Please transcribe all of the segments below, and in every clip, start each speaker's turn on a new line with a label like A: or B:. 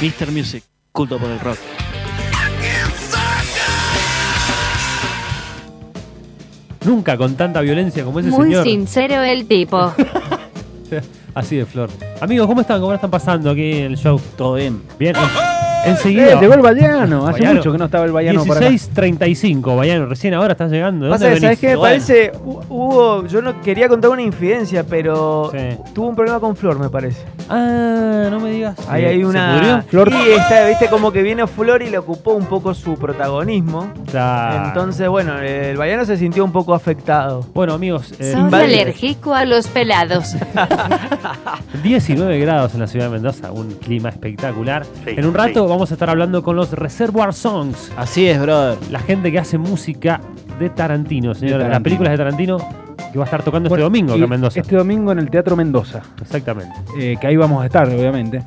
A: Mr. Music, culto por el rock.
B: Nunca con tanta violencia como ese
C: Muy
B: señor. Eh,
C: sincero el tipo.
B: Así de flor. Amigos, ¿cómo están? ¿Cómo la están pasando aquí en el show?
A: Todo bien.
B: Bien. en-
D: Eh,
B: Enseguida.
D: llegó el Bayano. Hace
B: Baiano.
D: mucho que no estaba el Bayano por acá.
B: 16.35, Bayano. Recién ahora estás llegando. ¿De
D: Pasa
B: dónde
D: que,
B: venís?
D: ¿sabes qué? Me
A: Bueno.
D: parece, Hu- Hugo, yo no quería contar una infidencia, pero
B: Sí.
D: tuvo un problema con Flor, me parece.
B: Ah, no me digas.
D: Ahí
B: Eh,
D: hay
B: ¿se
D: una.
B: pudrió?
D: Flor. Y está, viste, como que vino Flor y le ocupó un poco su protagonismo.
B: Claro.
D: Entonces, bueno, el Bayano se sintió un poco afectado.
B: Bueno, amigos, eh,
C: Soy
D: Vale.
C: alérgico a los pelados.
B: 19 grados en la ciudad de Mendoza, un clima espectacular.
E: Sí,
B: en un rato vamos a estar hablando con los Reservoir Songs,
A: Así es, brother.
B: la gente que hace música de Tarantino, señores,
D: Tarantino.
B: las películas de Tarantino que va a estar tocando este
D: Bueno,
B: domingo
D: y
B: acá en Mendoza.
D: Este domingo en el Teatro Mendoza,
B: Exactamente.
D: eh, que ahí vamos a estar, obviamente.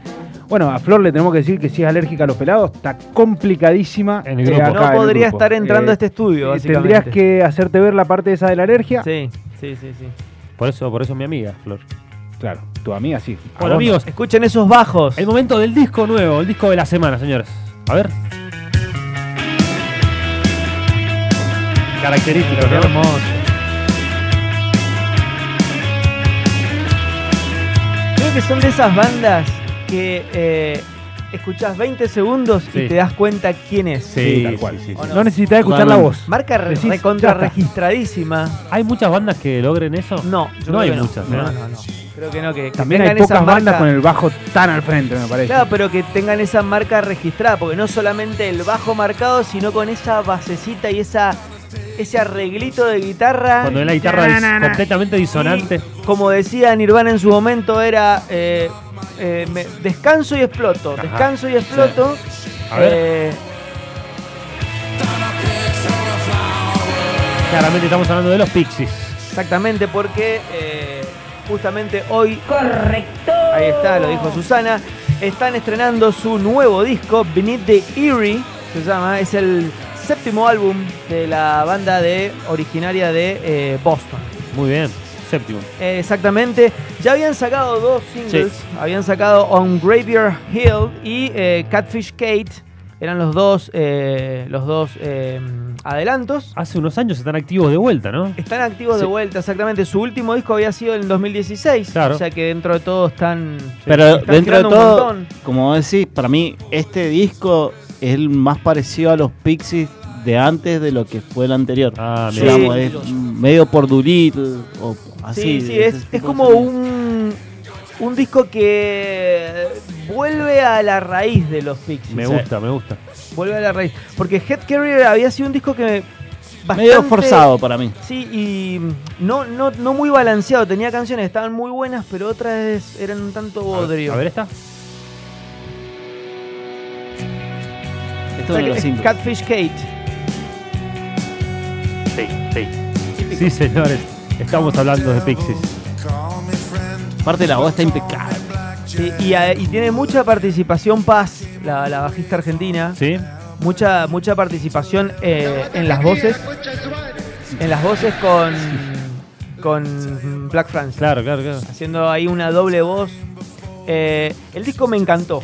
D: Bueno, a Flor le tenemos que decir que si es alérgica a los pelados, está complicadísima.
B: En el grupo.
D: acá
B: No
D: en el grupo. Eh,
F: este estudio,
D: eh, Tendrías que hacerte ver la parte esa de la alergia.
F: Sí, sí, sí, sí.
B: Por eso, por eso mi amiga, Flor.
D: Claro, tu amiga sí. A
B: Bueno,
D: vos no.
B: amigos,
F: Escuchen esos bajos.
B: el momento del disco nuevo, el disco de la semana, señores. A ver. Característico, ¿no?
F: Creo que son de esas bandas que eh, escuchás 20 segundos
B: Sí.
F: y te das cuenta quién es.
B: Sí,
E: tal
B: sí,
E: cual.
B: sí, sí.
D: No necesitas escuchar la
A: Totalmente.
D: voz.
F: Marca re-
D: Decís,
F: recontra
D: ya está.
F: registradísima.
B: ¿Hay muchas bandas que logren eso?
F: No, yo
B: No
F: creo
B: hay
F: que
B: muchas,
F: no.
B: ¿eh?
F: No, no, no. Creo que no, que, que
D: También hay
F: tengan esa
D: pocas bandas
F: marca-
D: con el bajo tan al frente, me parece.
F: Claro, pero que tengan esa marca registrada, porque no solamente el bajo marcado, sino con esa basecita y esa ese arreglito de guitarra.
B: Cuando es la guitarra dis- completamente disonante.
F: Y, como decía Nirvana en su momento, era eh, eh, me- descanso y exploto,
B: Ajá.
F: descanso y exploto.
B: A ver.
F: Eh,
B: Claramente estamos hablando de los Pixies.
F: exactamente, porque eh, justamente hoy. Correcto. Ahí está, lo dijo Susana. Están estrenando su nuevo disco, Beneath the Eerie, se llama. Es el séptimo álbum de la banda de originaria de eh, Boston.
B: Muy bien, séptimo.
F: Eh, exactamente. Ya habían sacado dos singles. Habían sacado On Graveyard Hill y eh, Catfish Kate. Eran los dos, eh, los dos eh, adelantos.
B: Hace unos años están activos de vuelta, ¿no?
F: Están activos de vuelta, exactamente. Su último disco había sido en 2016.
B: Claro.
F: O sea que dentro de todo están.
A: Pero dentro
F: están
A: de
F: girando un
A: todo,
F: montón.
A: como vos decís, para mí este disco es el más parecido a los Pixies de antes de lo que fue el anterior.
B: Ah,
F: Sí.
B: mira.
A: Digamos, es medio por Doolittle o así.
F: Sí, sí,
A: de
F: es,
A: ese
F: es
A: tipo de
F: como
A: sonido.
F: un, un disco que vuelve a la raíz de los Pixies.
B: Me
F: O sea,
B: gusta, me gusta.
F: Vuelve a la raíz. Porque Head Carrier había sido un disco que. Bastante,
A: Medio forzado para mí.
F: Sí, y mm, no, no, no muy balanceado. Tenía canciones, que estaban muy buenas, pero otras eran un tanto
B: A ver,
F: bodrio.
B: a ver esta.
A: Esto
F: O
A: es
F: sea
A: uno de los
F: que-
A: cinco.
F: Catfish Kate.
E: Sí, sí.
B: Sí, señores. Estamos hablando de Pixies.
A: Aparte la voz está impecable.
F: Y, y a- y tiene mucha participación Paz, la, la bajista argentina.
B: ¿Sí?
F: Mucha, mucha participación eh, en las voces. En las voces con, con Black France.
B: Claro, claro, claro.
F: haciendo ahí una doble voz. Eh, el disco me encantó.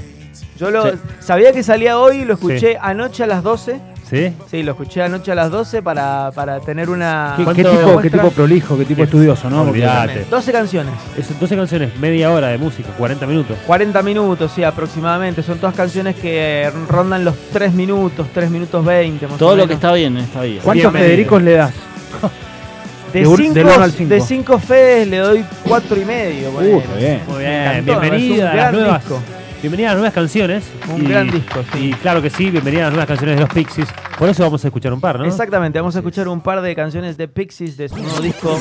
F: Yo lo
B: Sí.
F: sabía que salía hoy y lo escuché anoche a las 12.
B: ¿Sí?
F: Sí, lo escuché anoche a las 12 para, para tener una.
D: ¿Qué, qué
B: ¿Cuánto
D: tipo, qué
F: muestra?
D: tipo prolijo, qué tipo
B: Eh,
D: estudioso, ¿no? Porque-
B: Olvídate.
F: 12 canciones.
B: Es 12 canciones, media hora de música, 40 minutos.
F: 40 minutos, sí, aproximadamente. Son todas canciones que eh, rondan los 3 minutos, 3 minutos 20. más o
A: Todo lo
F: menos.
A: que está bien en esta vida.
D: ¿Cuántos
B: Bienvenido.
D: Federicos le das?
F: De
D: de un- del uno al
F: 5
D: cinco.
F: de cinco Fedes le doy 4 y medio. ponele.
D: Uh, está bien.
B: Muy
F: Me
B: bien,
F: encantó,
B: bienvenida
F: es
B: a
F: un
B: las
F: gran
B: nuevas.
F: disco.
B: Bienvenida a las nuevas canciones.
F: Un gran disco, sí.
B: Y claro que sí, bienvenida a las nuevas canciones de los Pixies. Por eso vamos a escuchar un par, ¿no?
F: Exactamente, vamos a escuchar un par de canciones de Pixies de su nuevo disco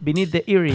F: Beneath the Eerie.